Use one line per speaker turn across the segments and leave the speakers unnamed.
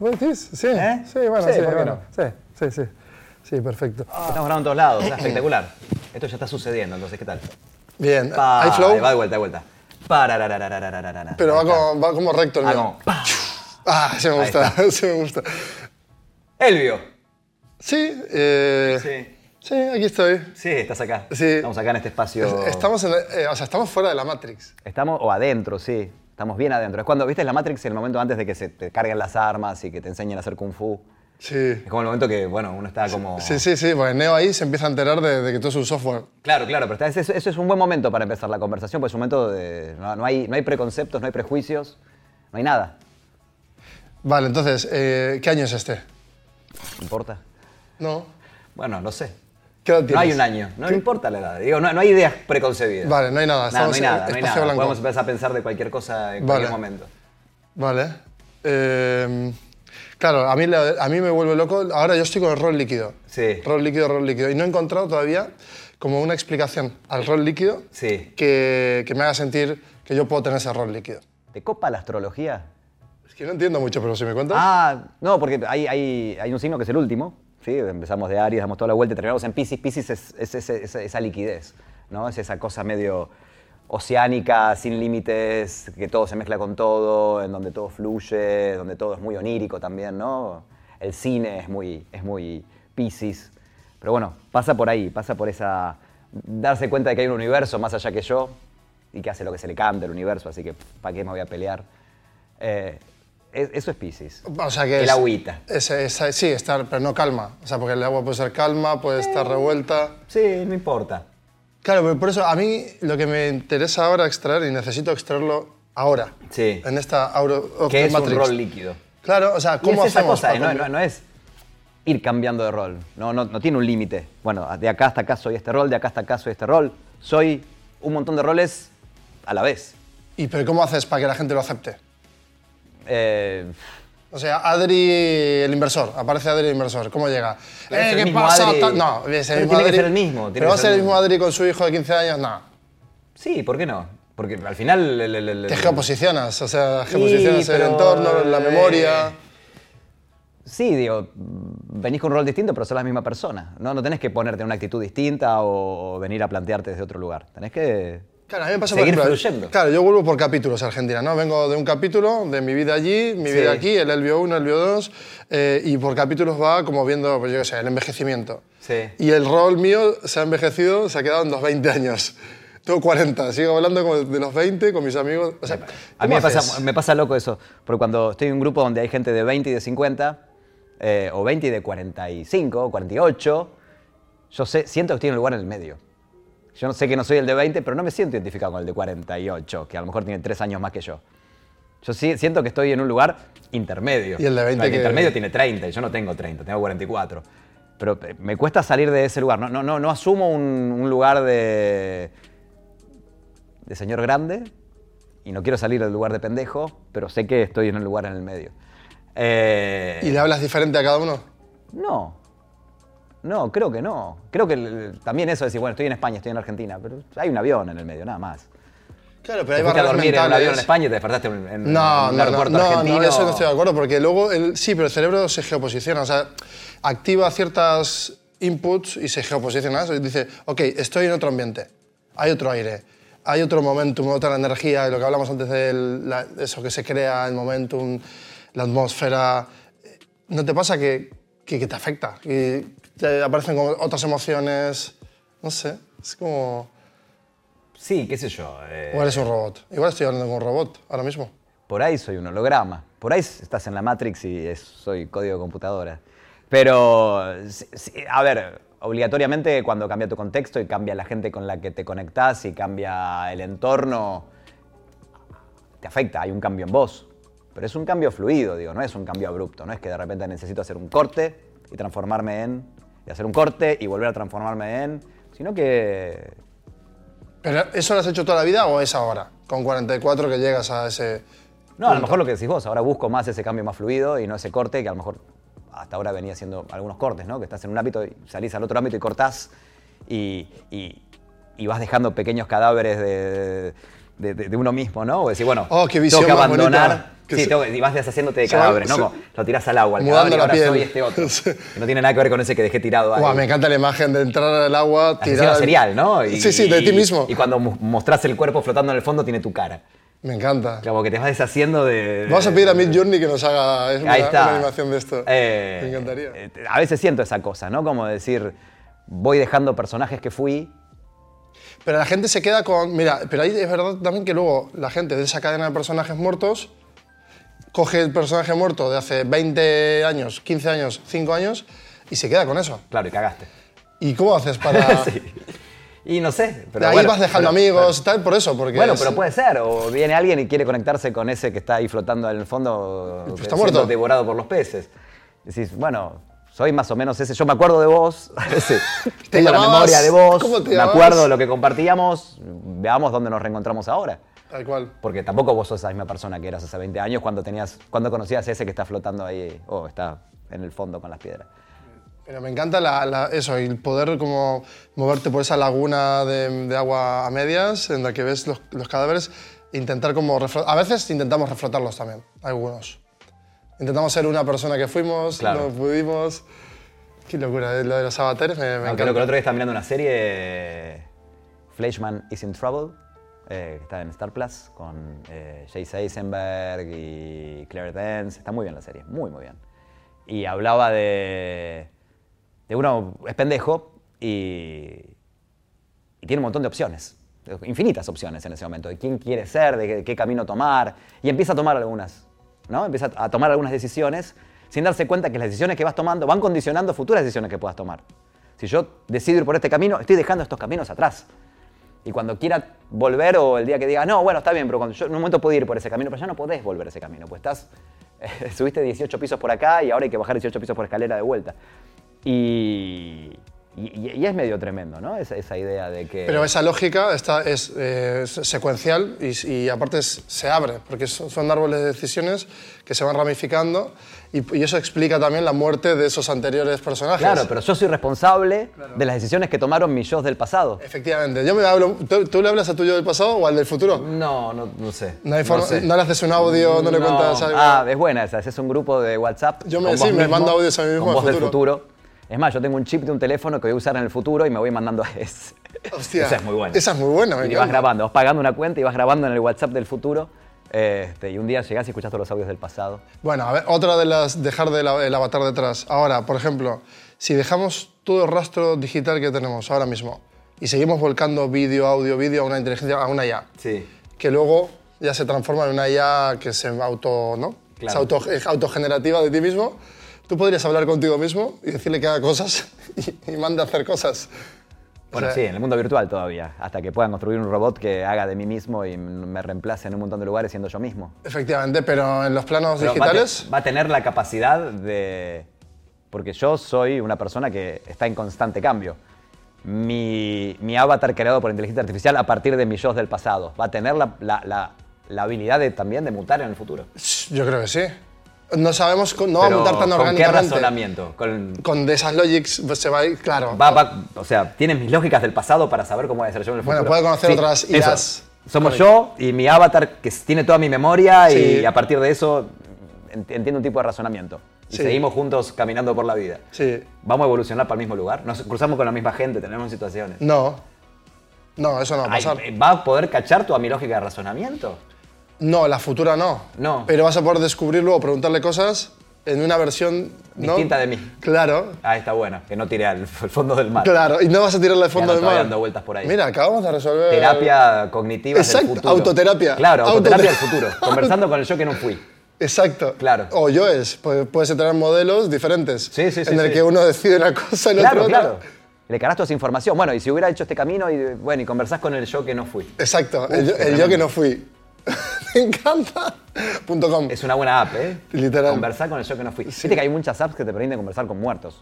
¿Decís? Sí,
¿Eh?
sí, bueno,
Sí,
sí,
¿por qué Ah.
bueno. Sí, sí, sí. Sí, perfecto.
Estamos grabando en todos lados, está espectacular. Esto ya está sucediendo, entonces, ¿qué tal?
Bien,
Pa,
hay flow,
ahí Va de vuelta, de vuelta. Parararararararara.
pero va
Ahí está.
como, va como recto el
Ah,
mío.
como, pa.
Ah, se me
Ahí
gusta, se me gusta.
Elvio.
Sí, eh, sí.
Sí.
aquí estoy.
Sí, estás acá.
Sí.
Estamos acá en este espacio.
Estamos, en, eh, o sea, estamos fuera de la Matrix.
Estamos, o adentro, sí. Estamos bien adentro. Es cuando, viste, la Matrix el momento antes de que se te carguen las armas y que te enseñen a hacer kung fu.
Sí.
Es como el momento que, bueno, uno está como...
Sí, sí, sí, porque Neo ahí se empieza a enterar de, de que todo es un software.
Claro, claro, pero está- eso, es- eso es un buen momento para empezar la conversación, porque es un momento de... No, no hay, no hay preconceptos, no hay prejuicios, no hay nada.
Vale, entonces, eh, ¿qué año es este?
¿No importa?
No.
Bueno, no sé.
¿Qué edad
No hay
tienes?
un año, no importa la edad. Digo, no, no hay ideas preconcebidas.
Vale, no hay nada,
Nada, no
estamos
hay
en
nada, no hay
espacio
nada.
blanco.
Podemos empezar a pensar de cualquier cosa en
Vale.
cualquier momento.
Vale. Eh, claro, a mí, la- a mí me vuelve loco. Ahora yo estoy con el rol líquido.
Sí.
Rol líquido, rol líquido. Y no he encontrado todavía como una explicación al rol líquido
Sí.
que, que me haga sentir que yo puedo tener ese rol líquido.
¿Te copa la astrología?
Es que no entiendo mucho, pero si me cuentas.
Ah, no, porque hay, hay- hay un signo que es el último. ¿sí? Empezamos de Aries, damos toda la vuelta y terminamos en Pisces. Pisces es, es- es- es- esa liquidez, ¿no? Es esa cosa medio oceánica, sin límites, que todo se mezcla con todo, en donde todo fluye, donde todo es muy onírico también, ¿no? El cine es muy, es muy Pisces. Pero bueno, pasa por ahí, pasa por esa. darse cuenta de que hay un universo más allá que yo y que hace lo que se le canta el universo, así que ¿para qué me voy a pelear? Eh, es- eso es Pisces.
o sea que
el
es-
agüita.
es- es- sí, estar, pero no calma. O sea, porque el agua puede ser calma, puede estar revuelta.
Sí, no importa.
Claro, pero por eso a mí lo que me interesa ahora extraer, y necesito extraerlo ahora,
Sí.
en esta Auro
Que es
Matrix.
un rol líquido.
Claro, o sea,
Y
¿cómo
es esa
hacemos
cosa,
para
eh, no,
cumplir?
no- no es ir cambiando de rol. No, no, no tiene un límite. Bueno, de acá hasta acá soy este rol, de acá hasta acá soy este rol. Soy un montón de roles a la vez.
¿Y pero cómo haces para que la gente lo acepte?
Eh,
O sea, Adri el inversor, aparece Adri el inversor, ¿cómo llega?
Pero es
"Eh,
el
¿qué
mismo
pasa?
Adri.
Ta- No, es el
Pero
mismo
tiene que
Adri.
ser el mismo, tiene
¿Pero
que
va a
ser
ser
el
el mismo
mismo.
Adri con su hijo de 15 años? No.
sí, ¿por qué no? Porque al final... el- el- el-
Te
el-
geoposicionas, o sea, geoposicionas el
pero,
entorno, la
eh,
memoria.
Sí, digo, venís con un rol distinto, pero sos la misma persona. No, no tenés que ponerte en una actitud distinta o, o venir a plantearte desde otro lugar. Tenés que
Claro, a mí me pasa
seguir
por ejemplo,
fluyendo.
Claro, yo vuelvo por capítulos a Argentina, ¿no? Vengo de un capítulo, de mi vida allí, mi vida
Sí.
aquí, el Elvio 1, el Elvio 2, eh, y por capítulos va como viendo, pues yo qué sé, el envejecimiento.
Sí.
Y el rol mío se ha envejecido, se ha quedado en los 20 años. Tengo 40, sigo hablando como de los 20 con mis amigos. O sea,
A mí
¿cómo
me pasa,
haces?
me pasa loco eso, porque cuando estoy en un grupo donde hay gente de 20 y de 50, eh, o 20 y de 45, o 48, yo sé, siento que estoy en un lugar en el medio. Yo no sé que no soy el de 20, pero no me siento identificado con el de 48, que a lo mejor tiene 3 años más que yo. Yo sí, siento que estoy en un lugar intermedio.
Y el de 20
El
que-
intermedio tiene 30, y yo no tengo 30, tengo 44. Pero eh, me cuesta salir de ese lugar. No, no, no, no asumo un- un lugar de, de señor grande y no quiero salir del lugar de pendejo, pero sé que estoy en un lugar en el medio. Eh,
¿Y le hablas diferente a cada uno?
No, no, creo que no. Creo que el- el- también eso de decir, bueno, estoy en España, estoy en Argentina, pero hay un avión en el medio, nada más.
Claro, pero
Te
hay
fuiste a
barreras
dormir en un
mentales.
avión en España y te despertaste en, en- en
No,
un
no, no,
aeropuerto
no,
argentino.
no, eso no estoy de acuerdo, porque luego, el, sí, pero el cerebro se geoposiciona, o sea, activa ciertas inputs y se geoposiciona, y dice, ok, estoy en otro ambiente, hay otro aire, hay otro momentum, otra energía, y lo que hablamos antes de eso que se crea, el momentum, la atmósfera, ¿no te pasa que, que- que te afecta? Que te aparecen como otras emociones, no sé, es como...
Sí, qué sé yo. eh,
Igual es un robot, igual estoy hablando con un robot ahora mismo.
Por ahí soy un holograma. Por ahí estás en la Matrix y es- soy código de computadora. Pero, sí, sí, a ver, obligatoriamente cuando cambia tu contexto y cambia la gente con la que te conectás y cambia el entorno, te afecta, hay un cambio en vos. Pero es un cambio fluido, digo, no es un cambio abrupto, no es que de repente necesito hacer un corte y transformarme en, y hacer un corte y volver a transformarme en, sino que
¿Pero eso lo has hecho toda la vida o es ahora? Con 44 que llegas a ese...
No, a lo mejor lo que decís vos, ahora busco más ese cambio más fluido y no ese corte que a lo mejor hasta ahora venía haciendo algunos cortes, ¿no? Que estás en un ámbito y salís al otro ámbito y cortás y, y- y vas dejando pequeños cadáveres de, de, de- de uno mismo, ¿no? O decir, bueno,
Oh, qué
tengo
visión
que
más
abandonar.
bonita. Que
Sí,
se-
tengo que- y vas deshaciéndote de
se va-
cadáveres, ¿no?
se-
Como lo tiras al agua, al
Mudando
cadáver, y
la
ahora
piel.
soy este otro.
Sí.
Que no tiene nada que ver con ese que dejé tirado ahí.
Guau, me encanta la imagen de entrar al agua,
Asesino
tirar.
serial, ¿no? Y-
sí, sí, de ti
y-
mismo.
Y cuando mu- mostrás el cuerpo flotando en el fondo, tiene tu cara.
Me encanta.
Como que te vas deshaciendo de.
Vamos a pedir a Mid Journey que nos haga es una,
Ahí está.
una animación de esto.
Eh,
me encantaría.
eh, A veces siento esa cosa, ¿no? Como decir, voy dejando personajes que fui.
Pero la gente se queda con. Mira, pero ahí es verdad también que luego la gente de esa cadena de personajes muertos coge el personaje muerto de hace 20 años, 15 años, 5 años y se queda con eso.
Claro, y cagaste.
¿Y cómo haces para.?
Sí. Y no sé. Pero
de ahí
bueno,
vas dejando
pero-
amigos, tal, por eso, porque.
Bueno,
es-
pero puede ser. O viene alguien y quiere conectarse con ese que está ahí flotando en el fondo,
Pues
que
está
siendo
muerto.
devorado por los peces. Decís, bueno, soy más o menos ese. Yo me acuerdo de vos. Sí.
¿Te
Tengo
llamabas?
la memoria de vos.
¿Cómo te
me
llamabas?
acuerdo de lo que compartíamos. Veamos dónde nos reencontramos ahora.
Tal cual.
Porque tampoco vos sos esa misma persona que eras hace 20 años cuando tenías, cuando conocías a ese que está flotando ahí o está en el fondo con las piedras.
Pero me encanta la- la- eso, el poder como moverte por esa laguna de, de agua a medias en la que ves los, los cadáveres, e intentar como reflo- A veces intentamos reflotarlos también, algunos. Intentamos ser una persona que fuimos,
Claro.
no pudimos. Qué locura, eh, lo de los avatares me, me
Aunque
encanta.
lo que el otro día estaba mirando una serie, Fleshman is in Trouble, eh, que está en Star Plus, con eh, Jace Eisenberg y Claire Danes. Está muy bien la serie, muy, muy bien. Y hablaba de. de uno es pendejo y. y tiene un montón de opciones, infinitas opciones en ese momento, de quién quiere ser, de qué, qué camino tomar, y empieza a tomar algunas, ¿no? Empieza a tomar algunas decisiones sin darse cuenta que las decisiones que vas tomando van condicionando futuras decisiones que puedas tomar. Si yo decido ir por este camino, estoy dejando estos caminos atrás. Y cuando quiera volver o el día que diga, no, bueno, está bien, pero cuando yo en un momento puedo ir por ese camino, pero ya no podés volver ese camino, pues estás, eh, subiste 18 pisos por acá y ahora hay que bajar 18 pisos por escalera de vuelta. Y, y- y es medio tremendo, ¿no? Esa, esa idea de que...
Pero esa lógica está, es eh, se- secuencial y, y aparte es- se abre, porque son, son árboles de decisiones que se van ramificando y, y eso explica también la muerte de esos anteriores personajes.
Claro, pero yo soy responsable de las decisiones que tomaron mis yo del pasado.
Efectivamente. Yo me hablo, ¿tú, tú le hablas a tu yo del pasado o al del futuro?
No, no, no sé.
No, hay forma- no le haces un audio, no le cuentas algo.
Ah, es buena esa. Es un grupo de WhatsApp.
Yo me-
con
sí,
vos
me
mismo,
mando audios a mí mismo
Con
del
voz del
futuro.
futuro. Es más, yo tengo un chip de un teléfono que voy a usar en el futuro y me voy mandando a ese.
Hostia,
Esa es muy buena.
esa es muy buena, me
Y vas
encanta.
grabando, vas pagando una cuenta y vas grabando en el WhatsApp del futuro. Este, y un día llegás y escuchás todos los audios del pasado.
Bueno, a ver, otra de las, dejar del el avatar detrás. Ahora, por ejemplo, si dejamos todo el rastro digital que tenemos ahora mismo y seguimos volcando vídeo, audio, vídeo a una inteligencia, a una IA,
Sí.
que luego ya se transforma en una IA que se auto, ¿no?
Claro.
Es auto- es autogenerativa de ti mismo. Tú podrías hablar contigo mismo y decirle que haga cosas y, y mande a hacer cosas.
Bueno,
O sea,
sí, en el mundo virtual todavía. Hasta que puedan construir un robot que haga de mí mismo y me reemplace en un montón de lugares siendo yo mismo.
Efectivamente, pero en los planos
Pero va a te-
digitales.
Va a, tener la capacidad de... Porque yo soy una persona que está en constante cambio. Mi, mi avatar creado por inteligencia artificial a partir de mis yo del pasado va a tener la, la- la- la habilidad de, también de mutar en el futuro.
Yo creo que sí. No sabemos, co- no va a
Pero,
montar tan
¿Con qué
orgánicamente.
razonamiento? Con-
Con de esas logics pues, se va a ir, claro.
va- va- o sea, tienes mis lógicas del pasado para saber cómo voy a ser yo en el
Bueno,
futuro.
puede conocer otras
eso.
ideas.
Somos yo y mi avatar que tiene toda mi memoria
Sí.
y a partir de eso ent- entiendo un tipo de razonamiento. Y
Sí.
seguimos juntos caminando por la vida.
Sí.
¿Vamos a evolucionar para el mismo lugar? ¿Nos cruzamos con la misma gente? ¿Tenemos situaciones?
No. No, eso no va a
Ay, eh,
pasar.
¿Va a poder cachar toda mi lógica de razonamiento?
No, la futura no.
No.
Pero vas a poder descubrirlo o preguntarle cosas en una versión ¿no?
Distinta de mí.
Claro.
Ah, está bueno, que no tire al f- al fondo del mar.
Claro, y no vas a tirarle al
no
fondo del
estaba
mar.
dando vueltas por ahí.
Mira, acabamos de resolver.
Terapia cognitiva
Exacto,
del futuro.
autoterapia.
Claro, autoterapia del
Autoter-
futuro. Conversando con el yo que no fui.
Exacto.
Claro.
O yo es. pues, Puedes tener modelos diferentes.
Sí, sí, sí,
En el
sí.
que uno decide una cosa y el
Claro,
otro otra.
claro. Le carás toda esa información. Bueno, y si hubiera hecho este camino y bueno, y conversás con el yo que no fui.
Exacto. el, yo, el yo que no fui. Me encanta. Punto com.
Es una buena app, ¿eh?
Literal.
Conversar con el yo que no fui. Viste que hay muchas apps que te permiten conversar con muertos.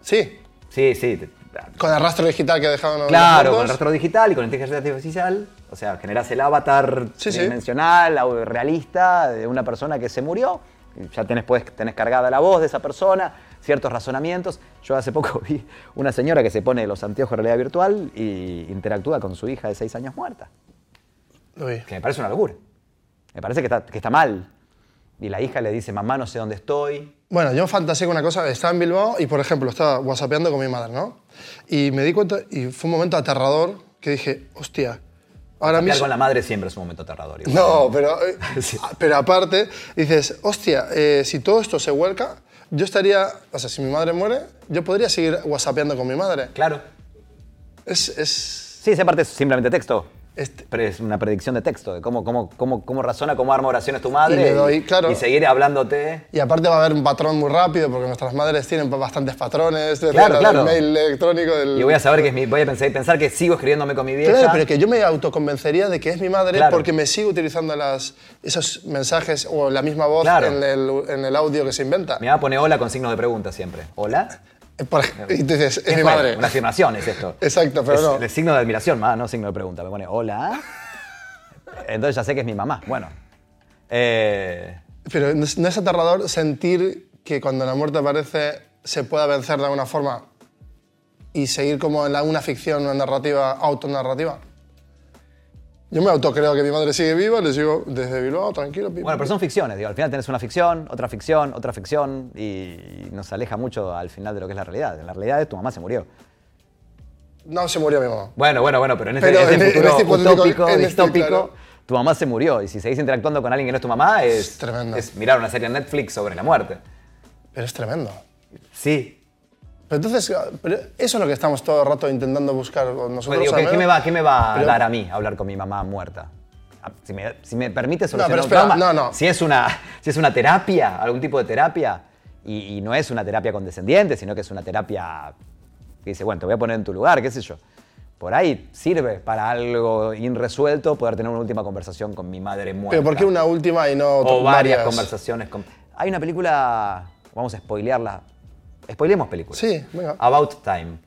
Sí.
Sí, sí. te-
Con el rastro digital que dejaron los
Claro,
muertos.
con el rastro digital y con inteligencia artificial. O sea, generas el avatar
Sí, sí.
dimensional, au- realista de una persona que se murió. Y Ya tenés, podés- tenés cargada la voz de esa persona, ciertos razonamientos. Yo hace poco vi una señora que se pone los anteojos de realidad virtual y interactúa con su hija de seis años muerta.
Uy.
Que me parece una locura. Me parece que está, que está mal. Y la hija le dice, mamá, no sé dónde estoy.
Bueno, yo fantaseé con una cosa. Estaba en Bilbao y, por ejemplo, estaba whatsappeando con mi madre, ¿no? Y me di cuenta, y fue un momento aterrador que dije, hostia, ahora
Hablar
mismo.
con la madre siempre es un momento aterrador. igual.
No, pero, eh,
Sí.
pero aparte, dices, hostia, eh, si todo esto se vuelca, yo estaría. O sea, si mi madre muere, yo podría seguir whatsappeando con mi madre.
Claro.
Es. es
Sí, esa parte es simplemente texto.
este-
Pero es una predicción de texto, de cómo, cómo, cómo, cómo razona, cómo arma oraciones tu madre.
Y le doy, claro.
y seguir hablándote.
y aparte va a haber un patrón muy rápido, porque nuestras madres tienen bastantes patrones de
Claro, claro.
mail electrónico. Del,
Y voy a saber que es mi. Voy a pensar, pensar que sigo escribiéndome con mi vieja.
Claro, pero que yo me autoconvencería de que es mi madre
Claro.
porque me sigo utilizando las, esos mensajes o la misma voz
Claro.
en, el, en el audio que se inventa. Eh,
Mi mamá pone hola con signos de pregunta siempre. ¿Hola?
Por ej- y tú dices, es mi
Bueno,
madre.
Una afirmación es esto.
Exacto, pero
Es
no.
de signo de admiración, más, no signo de pregunta. Me pone hola. Entonces ya sé que es mi mamá. Bueno. Eh,
Pero ¿no es no es aterrador sentir que cuando la muerte aparece se pueda vencer de alguna forma y seguir como en la- una ficción, una narrativa, autonarrativa? Yo me autocreo que mi madre sigue viva, le sigo desde Bilbao, tranquilo. pi-
Bueno, pero son ficciones, digo. Al final tenés una ficción, otra ficción, otra ficción y nos aleja mucho al final de lo que es la realidad. En la realidad es tu mamá se murió.
No se murió mi mamá.
Bueno, bueno, bueno, pero en este,
Pero
en este
en- en
futuro
este hipotético-
utópico,
en este,
distópico,
claro.
tu mamá se murió y si seguís interactuando con alguien que no es tu mamá es,
Es tremendo.
es mirar una serie en Netflix sobre la muerte.
Pero es tremendo.
Sí.
Pero entonces, ah, pero eso es lo que estamos todo el rato intentando buscar nosotros.
Pues digo,
al
¿qué, qué
menos.
me va, qué me va a
Pero-
dar a mí hablar con mi mamá muerta? Ah, Si me, si me permite solucionar
pero
un
espera, no,
trauma,
no.
Si es, una, si es una terapia, algún tipo de terapia, y, y no es una terapia condescendiente, sino que es una terapia que dice, bueno, te voy a poner en tu lugar, qué sé yo. Por ahí sirve para algo irresuelto poder tener una última conversación con mi madre muerta.
Pero ¿por qué una última y no
o
to-
varias conversaciones. con- Hay una película, vamos a spoilearla. Spoilemos películas.
Sí, venga.
About Time.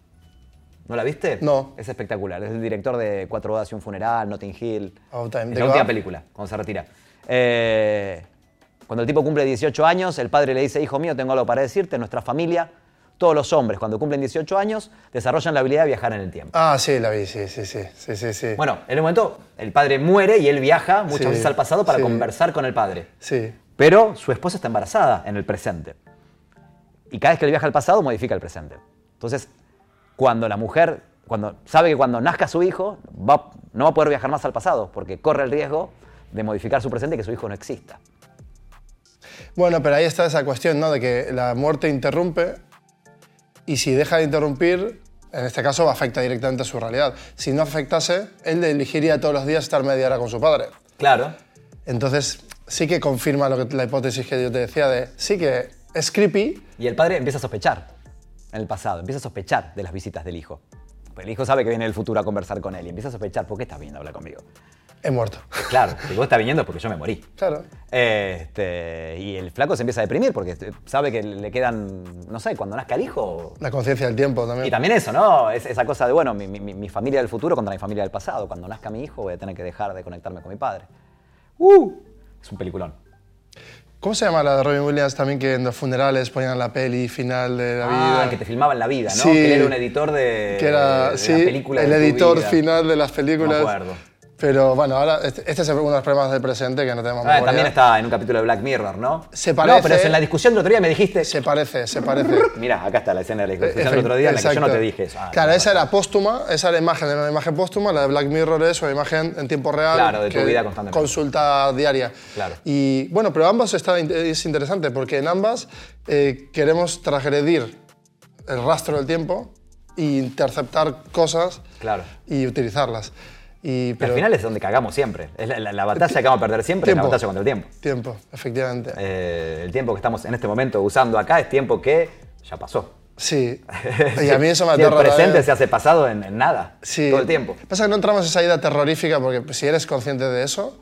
¿No la viste?
Ah. No.
Es espectacular. Es el director de Cuatro bodas y un funeral, Notting Hill.
About Time.
Es
¿De
la
qué
última
va?
película, cuando se retira. Eh, cuando el tipo cumple 18 años, el padre le dice, hijo mío, tengo algo para decirte, en nuestra familia, todos los hombres, cuando cumplen 18 años, desarrollan la habilidad de viajar en el tiempo.
Ah, sí, la vi, sí, sí, sí, sí, sí. sí.
Bueno, en el momento, el padre muere y él viaja muchas
Sí,
veces al pasado para
sí.
conversar con el padre.
Sí.
Pero su esposa está embarazada en el presente. Y cada vez que él viaja al pasado, modifica el presente. Entonces, cuando la mujer cuando sabe que cuando nazca su hijo, va- no va a poder viajar más al pasado, porque corre el riesgo de modificar su presente y que su hijo no exista.
Bueno, pero ahí está esa cuestión, ¿no? De que la muerte interrumpe y si deja de interrumpir, en este caso afecta directamente a su realidad. Si no afectase, él elegiría todos los días estar media hora con su padre.
Claro.
Entonces, sí que confirma lo que, la hipótesis que yo te decía de sí que es creepy,
Y el padre empieza a sospechar en el pasado, empieza a sospechar de las visitas del hijo. Pues el hijo sabe que viene el futuro a conversar con él y empieza a sospechar, ¿por qué estás viniendo a hablar conmigo?
he muerto.
Claro, si vos estás viniendo es porque yo me morí.
Claro.
Este, y el flaco se empieza a deprimir porque sabe que le quedan, no sé, cuando nazca el hijo.
La conciencia del tiempo también.
Y también eso, ¿no? Es- esa cosa de, bueno, mi, mi- mi familia del futuro contra mi familia del pasado. Cuando nazca mi hijo voy a tener que dejar de conectarme con mi padre. ¡Uh! Es un peliculón.
¿Cómo se llama la de Robin Williams también que en los funerales ponían la peli final de la
Ah,
vida?
que te filmaba en la vida, ¿no?
Sí.
que él era un editor de,
Que era,
de
sí,
la película.
el
de tu
editor
vida.
final de las películas.
No me acuerdo.
Pero bueno, ahora este, este es uno de los problemas del presente que no tenemos
Ah,
memoria.
también está en un capítulo de Black Mirror, ¿no?
Se
No, pero
parece-
en la discusión del otro día me dijiste.
Se parece, se parece.
Mira, acá está la escena de la discusión del otro día en la que yo no
Exacto.
te dije eso. Ah,
claro,
no,
esa era póstuma, esa era imagen, era una imagen póstuma, la de Black Mirror es una imagen en tiempo real.
Claro, de tu
que-
vida constantemente.
Consulta diaria.
Claro.
Y bueno, pero ambas está, in- es interesante porque en ambas eh, queremos transgredir el rastro del tiempo e interceptar cosas
Claro.
y utilizarlas. Y,
Y
pero,
al final es donde cagamos siempre. Es la, la- la batalla que vamos a perder siempre es
Tiempo.
la batalla contra el tiempo.
Tiempo, efectivamente.
Eh, el tiempo que estamos en este momento usando acá es tiempo que ya pasó.
Sí. Y a mí eso me
Si el
aterra.
presente
también.
se hace pasado en, en nada.
Sí.
Todo el tiempo.
Pasa que no entramos en esa idea terrorífica porque si eres consciente de eso,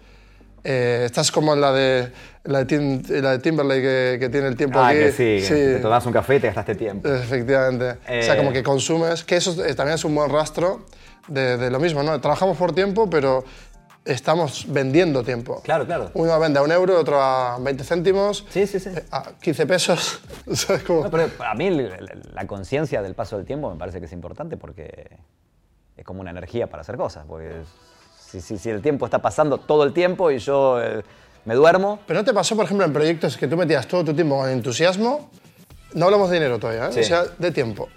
eh, estás como en la de, la de, Tim- la de Timberlake que, que tiene el tiempo
Ah,
aquí.
que sí. que Te tomas un café y te gastaste
Eh.
tiempo.
efectivamente. O sea,
Eh.
como que consumes, que eso eh, también es un buen rastro de, de lo mismo, ¿no? Trabajamos por tiempo, pero estamos vendiendo tiempo.
Claro, claro.
Uno vende a un euro, otro a 20 céntimos,
Sí, sí, sí.
eh, a 15 pesos. O sea, es como-
No, pero a mí el- el- la conciencia del paso del tiempo me parece que es importante porque es como una energía para hacer cosas. Porque Si, si- si el tiempo está pasando todo el tiempo y yo eh, me duermo,
Pero no te pasó, por ejemplo, en proyectos que tú metías todo tu tiempo con entusiasmo, no hablamos de dinero todavía, ¿eh?
Sí.
o sea, de tiempo,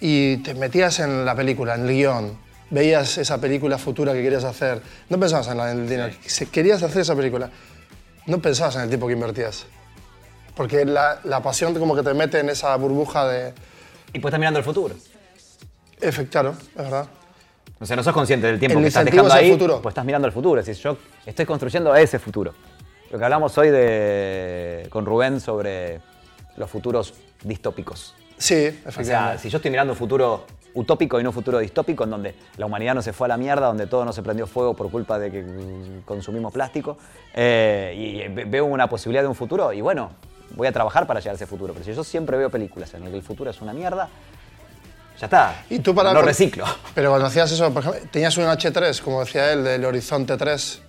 y te metías en la película, en el guión, veías esa película futura que querías hacer, no pensabas en la- en el dinero, Si querías hacer esa película, no pensabas en el tiempo que invertías. Porque la, la pasión como que te mete en esa burbuja de...
y pues estás mirando el futuro.
Efe, claro, es verdad.
O sea, no sos consciente del tiempo
El
que estás
incentivo
dejando
es el
ahí,
futuro.
pues estás mirando el futuro. Es decir, yo estoy construyendo a ese futuro. Lo que hablamos hoy de, con Rubén sobre los futuros distópicos.
Sí,
O sea,
efectivamente.
si yo estoy mirando un futuro utópico y no un futuro distópico, en donde la humanidad no se fue a la mierda, donde todo no se prendió fuego por culpa de que mm, consumimos plástico, eh, y ve- veo una posibilidad de un futuro, y bueno, voy a trabajar para llegar a ese futuro. Pero si yo siempre veo películas en las que el futuro es una mierda, ya está.
Y tú para...
No reciclo.
Pero cuando hacías eso, por ejemplo, tenías un H3, como decía él, del Horizonte 3,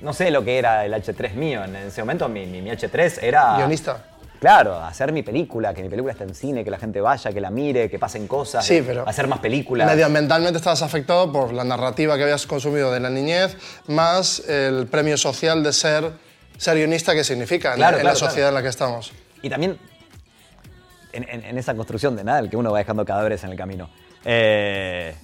No sé lo que era el H3 mío. En ese momento mi, mi- mi H3 era...
guionista.
Claro, hacer mi película, que mi película esté en cine, que la gente vaya, que la mire, que pasen cosas.
Sí, pero-
Hacer más películas.
Medioambientalmente estabas afectado por la narrativa que habías consumido de la niñez, más el premio social de ser, ser guionista que significa en-
Claro,
en,
claro,
la sociedad en la que estamos.
Y también en, en- en esa construcción de nada, el que uno va dejando cadáveres en el camino. eh,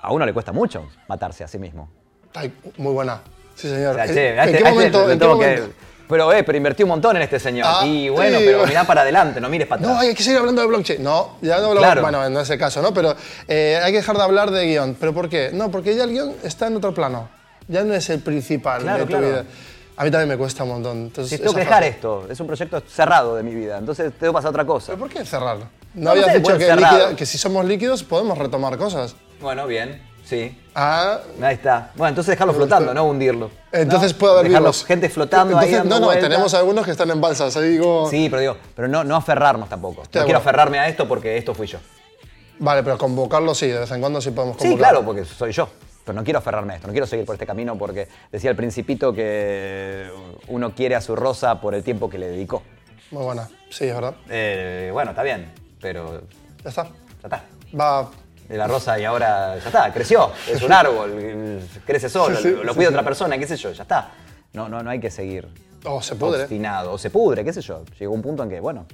a uno le cuesta mucho matarse a sí mismo.
Ay, muy buena. Sí,
O
señor.
sea,
¿En-
che,
¿En,
a este-
qué
a este
momento?
le
en qué
tengo que-
momento?
pero, eh, pero invertí un montón en este señor.
Ah,
y bueno,
sí,
pero
bueno.
mirá para adelante, no mires para atrás.
No, hay que seguir hablando de blockchain. No, ya no hablamos.
Claro.
Bueno, en ese caso, ¿no? Pero eh, hay que dejar de hablar de guión. ¿Pero por qué? No, porque ya el guión está en otro plano. Ya no es el principal
Claro,
de tu
claro.
vida. A mí también me cuesta un montón. Entonces,
Si tengo
esa
que dejar
frase-
esto, es un proyecto cerrado de mi vida, entonces tengo que pasar a otra cosa.
¿Pero por qué cerrar? No,
no
habías
sé,
dicho
bueno,
que,
cerrado.
líquida- que si somos líquidos podemos retomar cosas.
Bueno, bien, sí.
Ah,
Ahí está. Bueno, entonces dejarlo flotando, no hundirlo.
entonces
¿No?
puede haber
Dejarlo-
vivos.
gente flotando ahí
Entonces,
dando
No, no,
vueltas.
tenemos algunos que están en balsas. Ahí digo,
Sí, pero digo, pero no, no aferrarnos
de
tampoco. no quiero
acuerdo.
aferrarme a esto porque esto fui yo.
Vale, pero convocarlos sí, de vez en cuando sí podemos
Sí,
convocarlos.
claro, porque soy yo. Pero no quiero aferrarme a esto, no quiero seguir por este camino porque decía el principito que uno quiere a su rosa por el tiempo que le dedicó.
Muy buena, sí, es verdad.
Eh, bueno, está bien, pero ya
Ya está.
está.
Va.
De la rosa y ahora ya está, creció, es un árbol, crece solo,
Sí, sí,
lo, lo
sí,
cuida
sí.
otra persona, qué sé yo, ya está. No, no, no hay que seguir
Oh, se pudre.
obstinado, o se pudre, qué sé yo. Llegó un punto en que, bueno,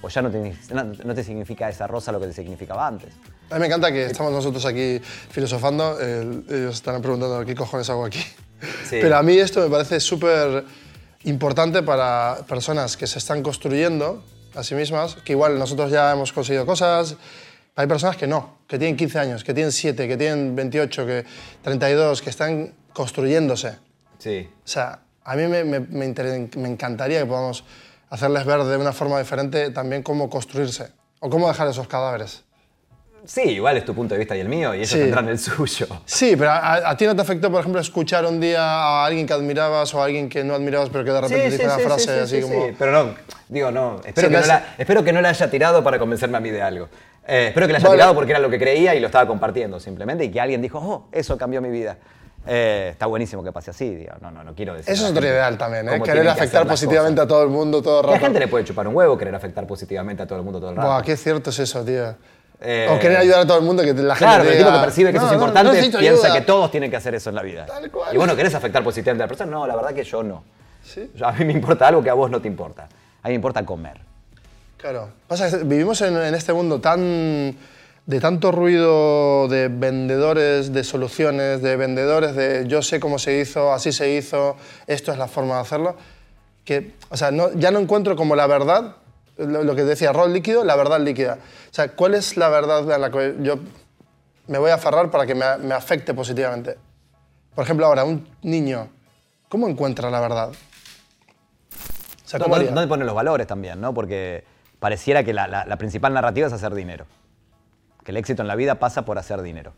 o ya no te, no- no te significa esa rosa lo que te significaba antes.
A mí me encanta que estamos nosotros aquí filosofando. el- ellos estarán preguntando qué cojones hago aquí.
Sí.
Pero a mí esto me parece súper importante para personas que se están construyendo a sí mismas, que igual nosotros ya hemos conseguido cosas. Hay personas que no, que tienen 15 años, que tienen 7, que tienen 28, que 32, que están construyéndose.
Sí.
O sea, a mí me, me- me inter- me encantaría que podamos hacerles ver de una forma diferente también cómo construirse o cómo dejar esos cadáveres.
Sí, igual es tu punto de vista y el mío, y ellos
Sí.
tendrán el suyo.
Sí, pero a, a- a ti no te afectó, por ejemplo, escuchar un día a alguien que admirabas o a alguien que no admirabas, pero que de repente dice una frase así como.
Pero no, digo, no. Espero,
Sí,
que
me
no
hace-
la, espero que no la haya tirado para convencerme a mí de algo. Eh, espero que la haya
Vale.
tirado porque era lo que creía y lo estaba compartiendo simplemente, y que alguien dijo, oh, eso cambió mi vida. Eh, está buenísimo que pase así, digo, no, no, no quiero decir.
Eso es otro ideal también, ¿eh?
cómo tienen
Querer
que
afectar
hacer las
positivamente a todo el mundo todo el
La
rato.
gente le puede chupar un huevo querer afectar positivamente a todo el mundo todo el rato.
Buah, qué cierto es eso, tío.
Eh,
O querer ayudar a todo el mundo que la gente
Claro,
te
pero el tipo que
diga,
percibe que
"No,
eso es
no, no
importante
necesito
piensa
ayuda".
que todos tienen que hacer eso en la vida.
Tal cual.
Y vos no querés afectar positivamente a la persona. No, la verdad que yo no.
Sí.
Yo- A mí me importa algo que a vos no te importa. A mí me importa comer.
Claro. Pasa que vivimos en, en este mundo tan de tanto ruido de vendedores de soluciones, de vendedores de yo sé cómo se hizo, así se hizo, esto es la forma de hacerlo, que o sea, no- ya no encuentro como la verdad, lo, lo que decía rol líquido, la verdad líquida. O sea, ¿cuál es la verdad a la que yo me voy a aferrar para que me, me afecte positivamente? Por ejemplo, ahora, un niño, ¿cómo encuentra la verdad? O sea, ¿cómo
¿Dónde,
haría?
dónde ponen los valores también, no? Porque pareciera que la, la- la principal narrativa es hacer dinero. Que el éxito en la vida pasa por hacer dinero.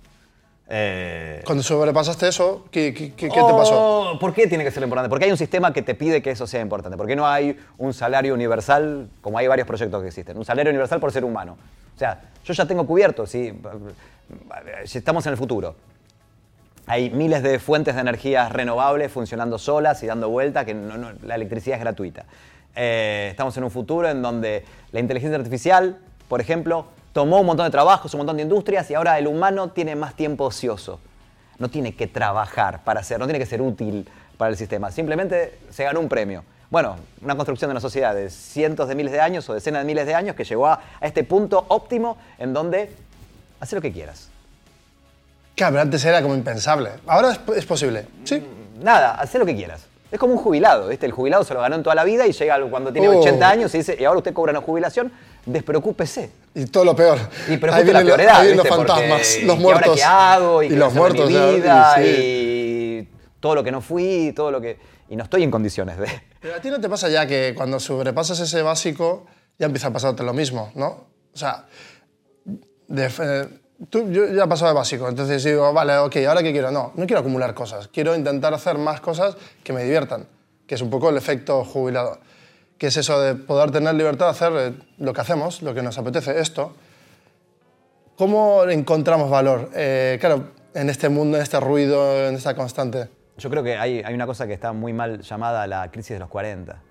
Eh,
Cuando sobrepasaste eso, ¿qué, qué- qué- qué te pasó?
Oh, ¿Por qué tiene que ser importante? Porque hay un sistema que te pide que eso sea importante. Porque no hay un salario universal, como hay varios proyectos que existen. Un salario universal por ser humano. O sea, yo ya tengo cubierto, si, si estamos en el futuro. Hay miles de fuentes de energías renovables funcionando solas y dando vueltas, que no- no- la electricidad es gratuita. Eh, estamos en un futuro en donde la inteligencia artificial, por ejemplo, tomó un montón de trabajos, un montón de industrias y ahora el humano tiene más tiempo ocioso. no tiene que trabajar para ser, no tiene que ser útil para el sistema. Simplemente se ganó un premio. Bueno, una construcción de una sociedad de cientos de miles de años o decenas de miles de años que llegó a, a este punto óptimo en donde haces lo que quieras.
Claro, pero antes era como impensable. Ahora es, es posible, ¿sí?
Nada, haces lo que quieras. Es como un jubilado, ¿viste? El jubilado se lo ganó en toda la vida y llega cuando tiene
Oh.
80 años y dice, y ahora usted cobra una jubilación, despreocúpese.
Y todo lo peor.
Y pero
ahí
justo la
vienen, lo-
peor edad,
ahí vienen los
¿viste? Porque,
fantasmas,
¿y
los
qué ahora
muertos.
qué hago? ¿Y, qué
los
va a ser de
muertos.
mi
ya,
vida?
sí.
Y todo lo que no fui, todo lo que... Y no estoy en condiciones de...
Pero a ti no te pasa ya que cuando sobrepasas ese básico ya empieza a pasarte lo mismo, ¿no? O sea, de- eh, tú, yo ya he pasado de básico, entonces digo, vale, ok, ¿ahora qué quiero? No, no quiero acumular cosas, quiero intentar hacer más cosas que me diviertan, que es un poco el efecto jubilado, que es eso de poder tener libertad de hacer eh, lo que hacemos, lo que nos apetece, esto. ¿Cómo encontramos valor? Eh, claro, en este mundo, en este ruido, en esta constante.
Yo creo que hay, hay una cosa que está muy mal llamada la crisis de los 40.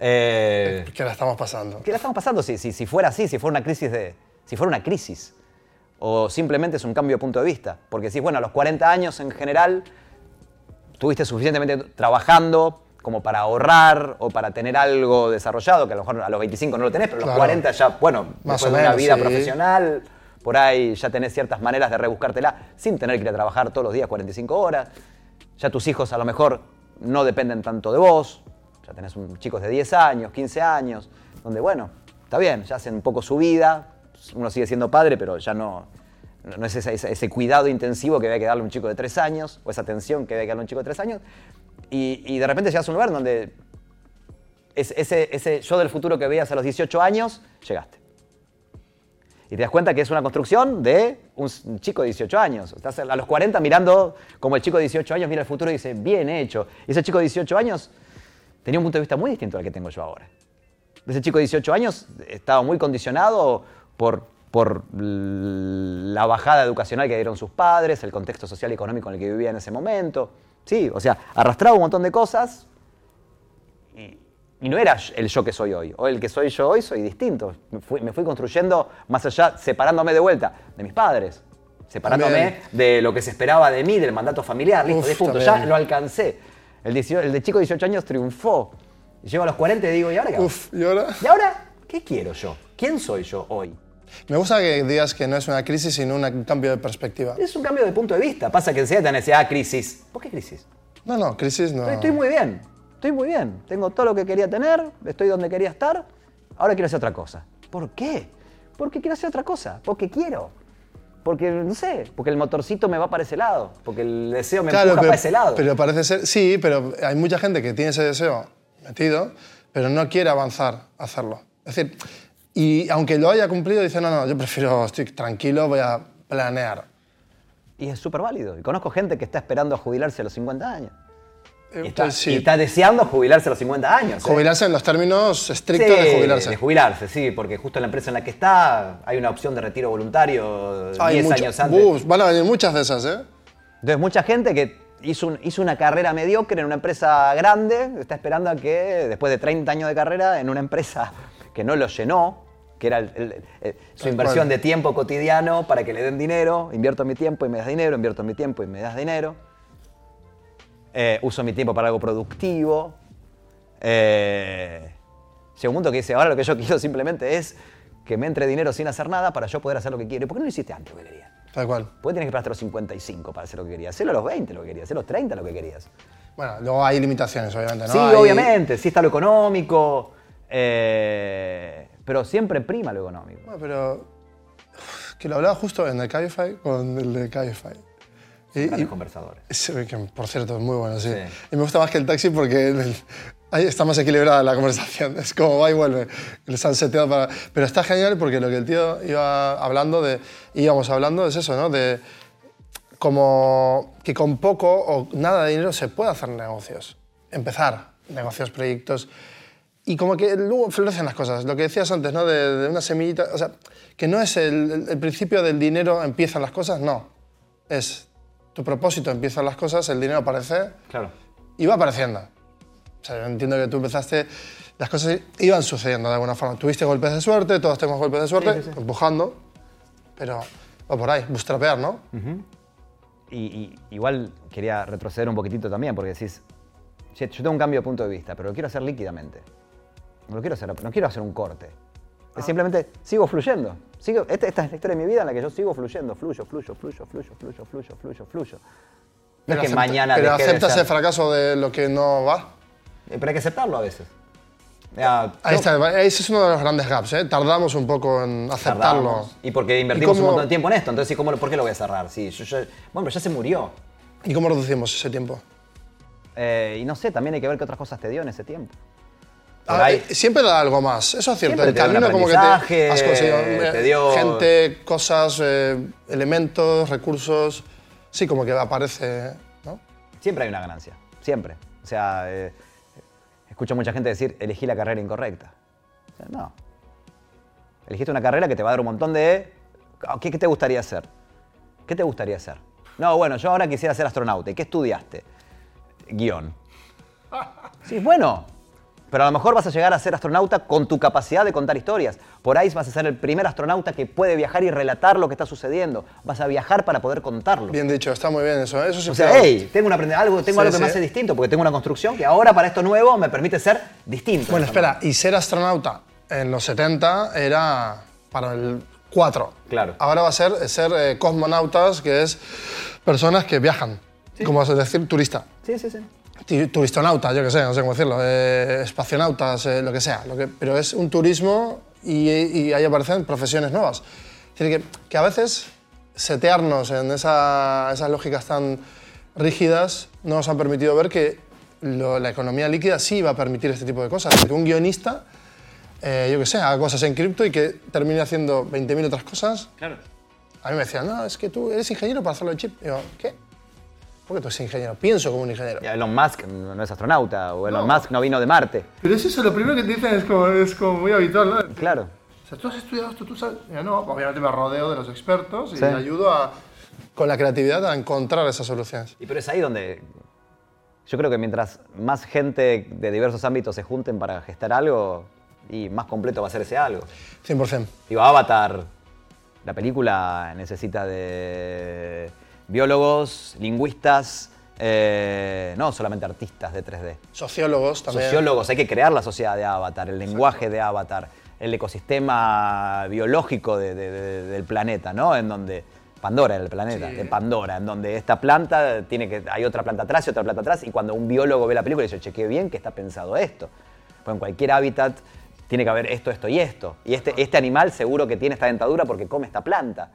Eh,
que la estamos pasando?
¿Qué la estamos pasando? Si, si, si fuera así, si fuera una crisis de... Si fuera una crisis. O simplemente es un cambio de punto de vista. Porque si, bueno, a los 40 años en general estuviste suficientemente trabajando como para ahorrar o para tener algo desarrollado, que a lo mejor a los 25 no lo tenés, pero a los
Claro.
40 ya, bueno,
Más
después
o
de una
menos,
vida
sí.
profesional, por ahí ya tenés ciertas maneras de rebuscártela sin tener que ir a trabajar todos los días 45 horas. Ya tus hijos a lo mejor no dependen tanto de vos. Ya tenés un, chicos de 10 años, 15 años, donde bueno, está bien, ya hacen un poco su vida, uno sigue siendo padre, pero ya no, no no es esa- esa- ese cuidado intensivo que había que darle a un chico de 3 años, o esa atención que había que darle a un chico de 3 años. Y, y de repente llegas a un lugar donde es- ese, ese yo del futuro que veías a los 18 años, llegaste. Y te das cuenta que es una construcción de un s- un chico de 18 años. Estás a los 40 mirando como el chico de 18 años mira el futuro y dice, bien hecho. Y ese chico de 18 años tenía un punto de vista muy distinto al que tengo yo ahora. Ese chico de 18 años estaba muy condicionado por, por la bajada educacional que dieron sus padres, el contexto social y económico en el que vivía en ese momento. Sí, o sea, arrastraba un montón de cosas y, y no era el yo que soy hoy. O el que soy yo hoy soy distinto. Me fui, me fui construyendo más allá, separándome de vuelta de mis padres, separándome
También.
de lo que se esperaba de mí, del mandato familiar. Listo,
Uf,
10 puntos, ya
también.
lo alcancé. El, 18 el de chico de 18 años triunfó. Y Llego a los 40 y digo, ¿y ahora qué hago?
Uf, ¿y ahora?
¿Y ahora qué quiero yo? ¿Quién soy yo hoy?
Me gusta que digas que no es una crisis, sino una- un cambio de perspectiva.
Es un cambio de punto de vista. Pasa que enseguida te van a decir, ah, crisis. ¿Por qué crisis?
No, no, crisis no.
Estoy muy bien, estoy muy bien. Tengo todo lo que quería tener, estoy donde quería estar, ahora quiero hacer otra cosa. ¿Por qué? Porque quiero hacer otra cosa, porque quiero. Porque, no sé, porque el motorcito me va para ese lado, porque el deseo me empuja
pero,
para ese lado.
pero parece ser. Sí, pero hay mucha gente que tiene ese deseo metido, pero no quiere avanzar a hacerlo. Es decir, y aunque lo haya cumplido, dice: no, no, yo prefiero, estoy tranquilo, voy a planear.
Y es súper válido. Y conozco gente que está esperando a jubilarse a los 50 años. Y está,
Entonces, Eh, pues sí,
y está deseando jubilarse a los 50 años. ¿eh?
Jubilarse en los términos estrictos
Sí,
de jubilarse.
De jubilarse, sí, porque justo en la empresa en la que está hay una opción de retiro voluntario
Hay
10
mucho-
años antes.
Uf, van a venir muchas de esas, ¿eh?
Entonces, mucha gente que hizo, un- hizo una carrera mediocre en una empresa grande está esperando a que, después de 30 años de carrera, en una empresa que no lo llenó, que era el- el- el- su
Tal
inversión
cual.
de tiempo cotidiano para que le den dinero, invierto mi tiempo y me das dinero, invierto mi tiempo y me das dinero, eh, uso mi tiempo para algo productivo. eh, llega un punto que dice, ahora lo que yo quiero simplemente es que me entre dinero sin hacer nada para yo poder hacer lo que quiero. ¿Y por qué no lo hiciste antes lo que quería?
Tal cual.
Vos tenés que esperar hasta los 55 para hacer lo que querías. Hacelo a los 20 lo que querías, hacelo a los 30 lo que querías.
Bueno, luego hay limitaciones, obviamente, ¿no?
sí,
Hay-
obviamente, sí está lo económico, eh, pero siempre prima lo económico.
Bueno, pero. uf, Que lo hablaba justo en el Cabify con el de Cabify. Y,
Grandes
y-
conversadores.
sí, que, por cierto, es muy bueno, sí.
Sí.
Y me gusta más que el taxi porque en el- ahí está más equilibrada la conversación. Es como va y vuelve. Les han seteado para. Pero está genial porque lo que el tío iba hablando de. íbamos hablando es eso, ¿no? De como que con poco o nada de dinero se puede hacer negocios. Empezar negocios, proyectos. Y como que luego florecen las cosas. Lo que decías antes, ¿no? De, de una semillita. O sea, que no es el, el- el principio del dinero empiezan las cosas, no. Es tu propósito empiezan las cosas, el dinero aparece
Claro.
y va apareciendo. O sea, yo entiendo que tú empezaste, las cosas iban sucediendo de alguna forma. Tuviste golpes de suerte, todos tenemos golpes de suerte, empujando, pero va por ahí, bootstrapear, ¿no?
Y, y, y igual quería retroceder un poquitito también, porque decís, "Che, yo tengo un cambio de punto de vista, pero lo quiero hacer líquidamente. No lo quiero hacer, no quiero hacer un corte.
Ah.
Es simplemente sigo fluyendo. Sigo, esta, esta es la historia de mi vida en la que yo sigo fluyendo, fluyo, fluyo, fluyo, fluyo, fluyo, fluyo, fluyo, fluyo. No es que
acepta-
mañana
pero
dejé de
aceptas
ser.
el fracaso de lo que no va.
Eh, Pero hay que aceptarlo a veces. Ya,
Ahí
yo-
está, ese es uno de los grandes gaps, ¿eh? Tardamos un poco en aceptarlo.
Tardamos. Y porque invertimos un
cómo-
montón de tiempo en esto, entonces ¿cómo, lo- ¿por qué lo voy a cerrar? Sí, yo- yo- bueno, pero ya se murió.
¿Y cómo reducimos ese tiempo?
Eh, y no sé, también hay que ver qué otras cosas te dio en ese tiempo. Por
Ah,
ahí.
eh, siempre da algo más, eso es cierto.
Siempre
el
te da un
camino como que te
aprendizaje,
has conseguido eh,
te dio-
gente, cosas, eh, elementos, recursos. Sí, como que aparece, ¿no?
Siempre hay una ganancia, siempre. O sea, eh, escucho mucha gente decir, elegí la carrera incorrecta. O sea, no. Elegiste una carrera que te va a dar un montón de... "Oh, ¿Qué, qué te gustaría hacer? ¿Qué te gustaría hacer? No, bueno, yo ahora quisiera ser astronauta. ¿Y qué estudiaste? Guión. Sí, bueno. Pero a lo mejor vas a llegar a ser astronauta con tu capacidad de contar historias. Por ahí vas a ser el primer astronauta que puede viajar y relatar lo que está sucediendo. Vas a viajar para poder contarlo.
Bien dicho, está muy bien eso. ¿eh? Eso sí
O sea,
que-
hey, tengo, un aprende- algo, tengo
Sí,
algo que me
sí.
hace distinto, porque tengo una construcción que ahora para esto nuevo me permite ser distinto.
Bueno, espera, y ser astronauta en los 70 era para el 4.
Claro.
Ahora va a ser ser eh, cosmonautas, que es personas que viajan, como es decir, turista.
Sí, sí, sí.
Ti- turistonauta, yo que sé, no sé cómo decirlo, eh, espacionautas, eh, lo que sea. Lo que, pero es un turismo y, y ahí aparecen profesiones nuevas. Es decir, que, que a veces setearnos en esa- esas lógicas tan rígidas no nos han permitido ver que lo- la economía líquida sí va a permitir este tipo de cosas. Que un guionista, eh, yo que sé, haga cosas en cripto y que termine haciendo 20.000 otras cosas.
Claro.
A mí me decían, no, es que tú eres ingeniero para hacerlo de chip. Y yo, ¿qué? ¿Por qué tú eres ingeniero? Pienso como un ingeniero.
Y Elon Musk no es astronauta, o Elon Musk no vino de Marte.
Pero es eso, lo primero que te dicen es como, es como muy habitual, ¿no? O
Claro.
sea, tú has estudiado esto, tú sabes. Mira, no, obviamente me rodeo de los expertos y
Sí.
ayudo a.
con la creatividad a encontrar esas soluciones.
Y pero es ahí donde yo creo que mientras más gente de diversos ámbitos se junten para gestar algo, y más completo va a ser ese algo.
100%.
Digo, Avatar, la película necesita de biólogos, lingüistas, eh, no solamente artistas de 3D.
Sociólogos también.
sociólogos, hay que crear la sociedad de Avatar, el lenguaje de Avatar, el ecosistema biológico de- de- de- del planeta, ¿no? En donde Pandora era el planeta, de Pandora, en donde esta planta tiene que hay otra planta atrás y otra planta atrás y cuando un biólogo ve la película dice, "Che, qué bien que está pensado esto." Pues en cualquier hábitat tiene que haber esto, esto y esto. Y este, este animal seguro que tiene esta dentadura porque come esta planta.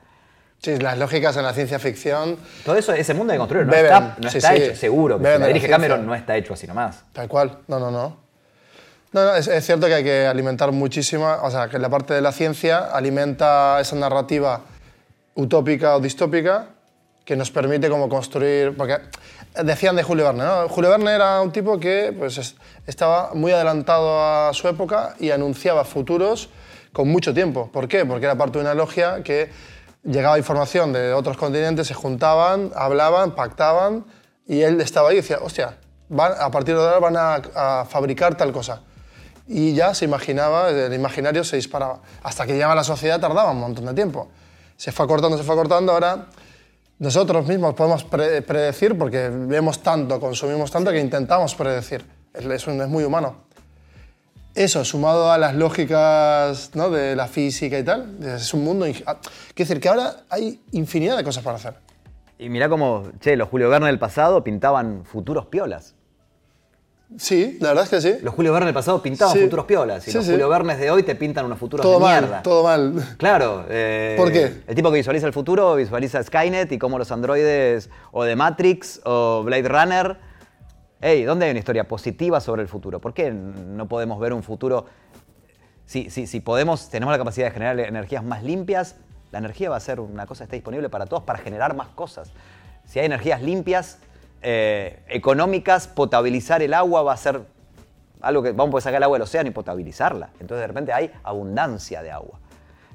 Sí, las lógicas en la ciencia ficción,
Todo eso, ese mundo de construir no
Beben,
está, no
sí,
está
sí.
hecho, seguro. Que
Beben de
si la
la
dirige
ciencia.
Cameron no está hecho así nomás.
tal cual. No, no, no. No, no, es, es cierto que hay que alimentar muchísima, o sea, que la parte de la ciencia alimenta esa narrativa utópica o distópica que nos permite como construir, porque decían de Julio Verne, ¿no? Julio Verne era un tipo que pues, es- estaba muy adelantado a su época y anunciaba futuros con mucho tiempo. ¿Por qué? Porque era parte de una logia que llegaba información de otros continentes, se juntaban, hablaban, pactaban y él estaba ahí y decía, hostia, van- a partir de ahora van a- a fabricar tal cosa y ya se imaginaba, el imaginario se disparaba. Hasta que llegaba la sociedad tardaba un montón de tiempo. Se fue acortando, se fue acortando, ahora nosotros mismos podemos pre- predecir porque vemos tanto, consumimos tanto que intentamos predecir. Es, es un- es muy humano. Eso, sumado a las lógicas ¿no? de la física y tal, es un mundo... ing- ah, Quiere decir que ahora hay infinidad de cosas para hacer.
Y mirá como, che, los Julio Verne del pasado pintaban futuros piolas.
Sí, la verdad es que sí.
Los Julio Verne del pasado pintaban
Sí.
futuros piolas. Y
Sí,
los
sí.
Julio Vernes de hoy te pintan unos futuros
Todo
de
mal,
mierda.
todo mal.
Claro. eh,
¿Por qué?
El tipo que visualiza el futuro visualiza Skynet y cómo los androides o de Matrix o Blade Runner. Ey, ¿dónde hay una historia positiva sobre el futuro? ¿Por qué no podemos ver un futuro? Si, si, si podemos, tenemos la capacidad de generar energías más limpias, la energía va a ser una cosa que está disponible para todos para generar más cosas. Si hay energías limpias, eh, económicas, potabilizar el agua va a ser algo que vamos a poder sacar el agua del océano y potabilizarla. Entonces de repente hay abundancia de agua.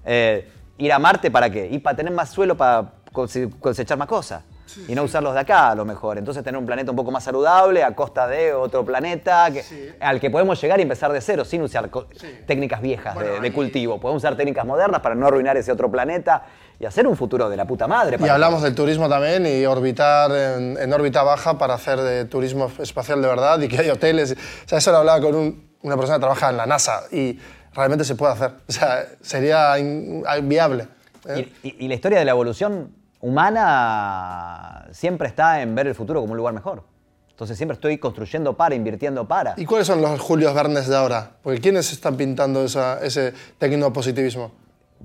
Eh, ir a Marte para qué? Y para tener más suelo para conse- cosechar más cosas. y no usar los de acá a lo mejor. Entonces tener un planeta un poco más saludable a costa de otro planeta que- al que podemos llegar y empezar de cero sin usar co- técnicas viejas de- de,
Bueno, ahí-
cultivo. Podemos usar técnicas modernas para no arruinar ese otro planeta y hacer un futuro de la puta madre.
Y
para-
hablamos del turismo también y orbitar en, en órbita baja para hacer de turismo espacial de verdad y que hay hoteles. O sea, eso lo hablaba con un- una persona que trabaja en la NASA y realmente se puede hacer. O sea, sería in- viable. ¿eh?
Y, y- y la historia de la evolución humana siempre está en ver el futuro como un lugar mejor. Entonces siempre estoy construyendo para, invirtiendo para.
¿Y cuáles son los Julios Vernes de ahora? Porque ¿quiénes están pintando esa- ese tecnopositivismo?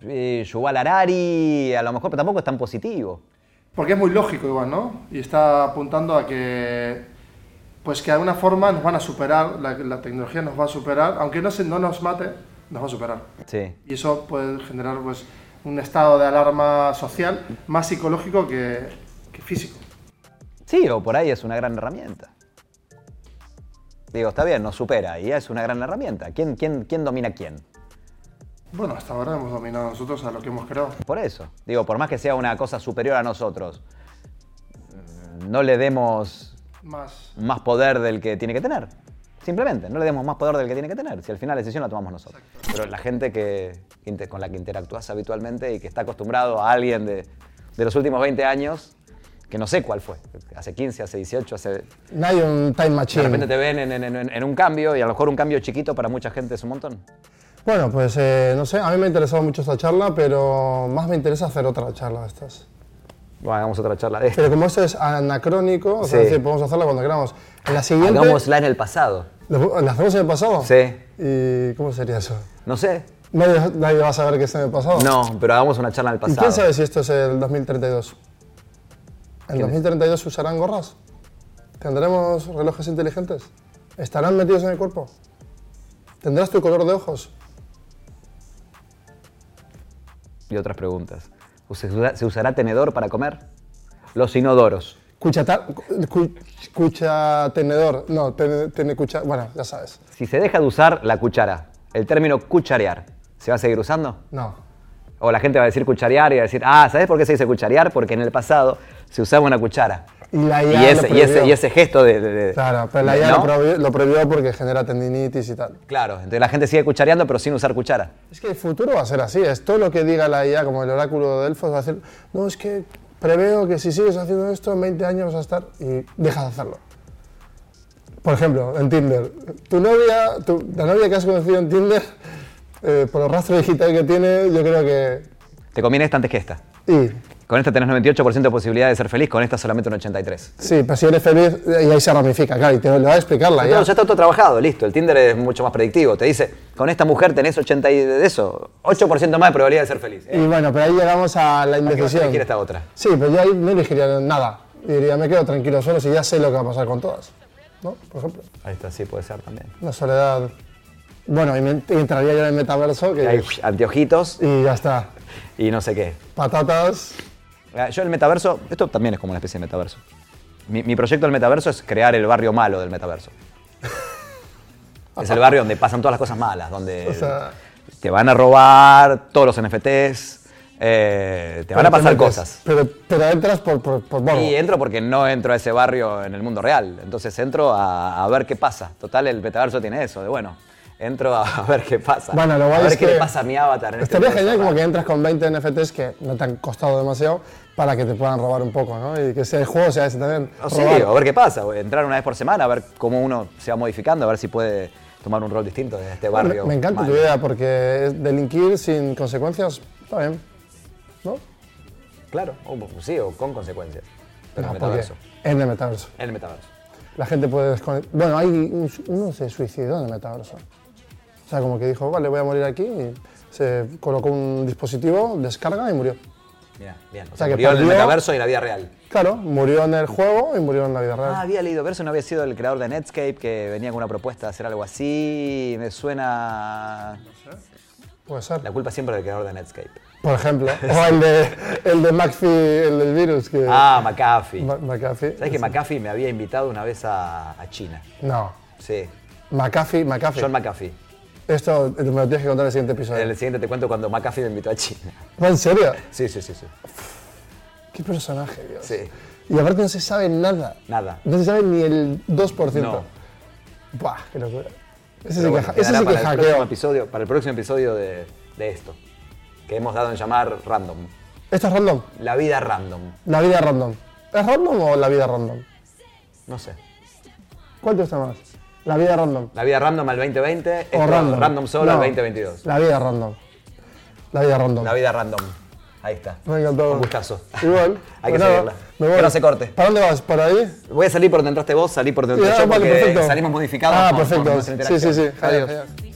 Eh, Yuval Harari, a lo mejor, pero tampoco es tan positivo.
Porque es muy lógico igual, ¿no? Y está apuntando a que, pues que de alguna forma nos van a superar, la, la tecnología nos va a superar, aunque no, se, no nos mate, nos va a superar.
Sí.
Y eso puede generar pues, un estado de alarma social más psicológico que, que físico.
Sí, o por ahí es una gran herramienta. Digo, está bien, nos supera y es una gran herramienta. ¿Quién, quién, quién domina a quién?
Bueno, hasta ahora hemos dominado nosotros a lo que hemos creado.
Por eso. Digo, por más que sea una cosa superior a nosotros, mm, no le demos
Más.
más poder del que tiene que tener. Simplemente, no le demos más poder del que tiene que tener, si al final la decisión la tomamos nosotros. Pero la gente que, que inter- con la que interactúas habitualmente y que está acostumbrado a alguien de, de los últimos 20 años, que no sé cuál fue, hace 15, hace 18, hace...
No hay un time
De
machine.
repente te ven en, en- en- en un cambio y a lo mejor un cambio chiquito para mucha gente es un montón.
Bueno, pues eh, no sé, a mí me ha interesado mucho esta charla, pero más me interesa hacer otra charla de estas.
Bueno, hagamos otra charla de esto.
Pero como esto es anacrónico, o sea,
Sí.
es decir, podemos hacerla cuando queramos. En la siguiente,
Hagámosla en el pasado.
¿la la hacemos en el pasado?
Sí.
¿Y cómo sería eso?
No sé.
Nadie, nadie va a saber que está en el pasado.
No, pero hagamos una charla en el
¿Y
pasado.
quién sabe si esto es el 2032? ¿En 2032 usarán gorras? ¿Tendremos relojes inteligentes? ¿Estarán metidos en el cuerpo? ¿Tendrás tu color de ojos?
Y otras preguntas. ¿Se usará- ¿Se usará tenedor para comer? Los inodoros.
Cucha, tenedor, no, tiene cucha, bueno, ya sabes.
Si se deja de usar la cuchara, el término cucharear, ¿se va a seguir usando?
No.
O la gente va a decir cucharear y va a decir, ah, ¿sabes por qué se dice cucharear? Porque en el pasado se usaba una cuchara.
Y la
Y
IA lo
ese, y
prohibió.
ese, y ese gesto de... de- de-
Claro, pero la IA
¿no?
lo, prohibió, lo prohibió porque genera tendinitis y tal.
Claro, entonces la gente sigue cuchareando pero sin usar cuchara.
Es que el futuro va a ser así, es todo lo que diga la IA, como el oráculo de Delfos, va a decir, no, es que preveo que si sigues haciendo esto, en 20 años vas a estar y dejas de hacerlo. Por ejemplo, en Tinder, tu novia, tu- la novia que has conocido en Tinder, eh, por el rastro digital que tiene, yo creo que...
Te conviene esta antes que esta.
Y
Con esta tenés 98% de posibilidad de ser feliz, con esta solamente un 83.
sí, pero si eres feliz, eh, y ahí se ramifica, claro, y te lo va a explicar la
Claro,
IA.
ya está todo trabajado, listo. El Tinder es mucho más predictivo. Te dice, con esta mujer tenés 80 y de eso, 8% más de probabilidad de ser feliz. Eh,
Y bueno, pero ahí llegamos a la
¿Qué vas a
indecisión.
elegir esta otra?
Sí, pero yo ahí no elegiría nada. Y diría, me quedo tranquilo solo si ya sé lo que va a pasar con todas. ¿No? Por ejemplo.
Ahí está, sí, puede ser también.
La soledad. Bueno, y me- y entraría yo en el metaverso que-
Y hay anteojitos
y ya está.
y no sé qué.
Patatas.
Ah, Yo el metaverso, esto también es como una especie de metaverso. Mi, mi proyecto del metaverso es crear el barrio malo del metaverso. es el barrio donde pasan todas las cosas malas, donde
O sea-
te van a robar todos los NFTs, eh, te van a
Pero
pasar
metes.
cosas.
Pero, pero entras por, por, por morbo.
Y entro porque no entro a ese barrio en el mundo real. Entonces entro a, a ver qué pasa. Total, el metaverso tiene eso, de bueno, entro a ver qué pasa.
Bueno, lo
a
guay
ver
es
qué
que
le pasa a mi avatar. en este
Estaría
universo
genial como que
raro.
entras con 20 NFTs que no te han costado demasiado para que te puedan robar un poco, ¿no? Y que sea el juego sea ese también.
No sé,
robar.
a ver qué pasa. güey. Entrar una vez por semana, a ver cómo uno se va modificando, a ver si puede tomar un rol distinto en este barrio.
Me, me encanta
malo.
tu idea porque es delinquir sin consecuencias está bien, ¿no?
Claro, o- sí, o con consecuencias. Pero
No,
en el
porque
metaverso.
En el metaverso.
En el metaverso.
La gente puede desconectar. Bueno, hay un- uno se suicidó en el metaverso. O sea, como que dijo, vale, voy a morir aquí. Y se colocó un dispositivo, descarga y murió.
Mira, bien. O sea,
sea, que
murió en el
perdió-
metaverso y en la vida real.
Claro, murió en el juego y murió en la vida real.
Ah, había leído verso, no había sido el creador de Netscape que venía con una propuesta de hacer algo así. Me suena.
Puede ser.
La culpa siempre del creador de Netscape.
Por ejemplo. o el de, el de McAfee, el del virus. Que
Ah, McAfee.
Ma- McAfee.
¿Sabes que McAfee me había invitado una vez a, a China?
No.
Sí.
McAfee, McAfee.
John McAfee.
Esto me lo tienes que contar en el siguiente episodio.
En el siguiente te cuento cuando McAfee me invitó a China.
¿En serio?
Sí, sí, sí, sí.
¿Qué personaje, Dios?
Sí.
Y aparte no se sabe nada.
Nada.
No se sabe ni el 2%.
No.
Buah, qué locura. Ese
Pero
sí que,
bueno,
ja- ese
quedará
sí que
para, el próximo
hackeo.
episodio, para el próximo episodio de, de esto, que hemos dado en llamar random.
Esto es random.
La vida random.
La vida random. ¿Es random o la vida random?
No sé.
¿Cuál te gusta más? La vida random.
La vida random al 2020,
O
esto,
random.
random. solo
No,
al 2022.
La vida random. La vida random.
La vida random. Ahí está.
Me encantó.
Un gustazo.
Igual.
Hay
Pues
que
nada,
seguirla.
me voy.
Que no se corte.
¿Para dónde vas? ¿Para ahí?
Voy a salir por donde entraste vos, salí por donde
Ya,
entré yo,
ah, vale,
porque
perfecto.
salimos modificados.
Ah,
con- con
perfecto.
nuestra
sí, sí, sí.
interacción.
Genial,
Adiós.
genial.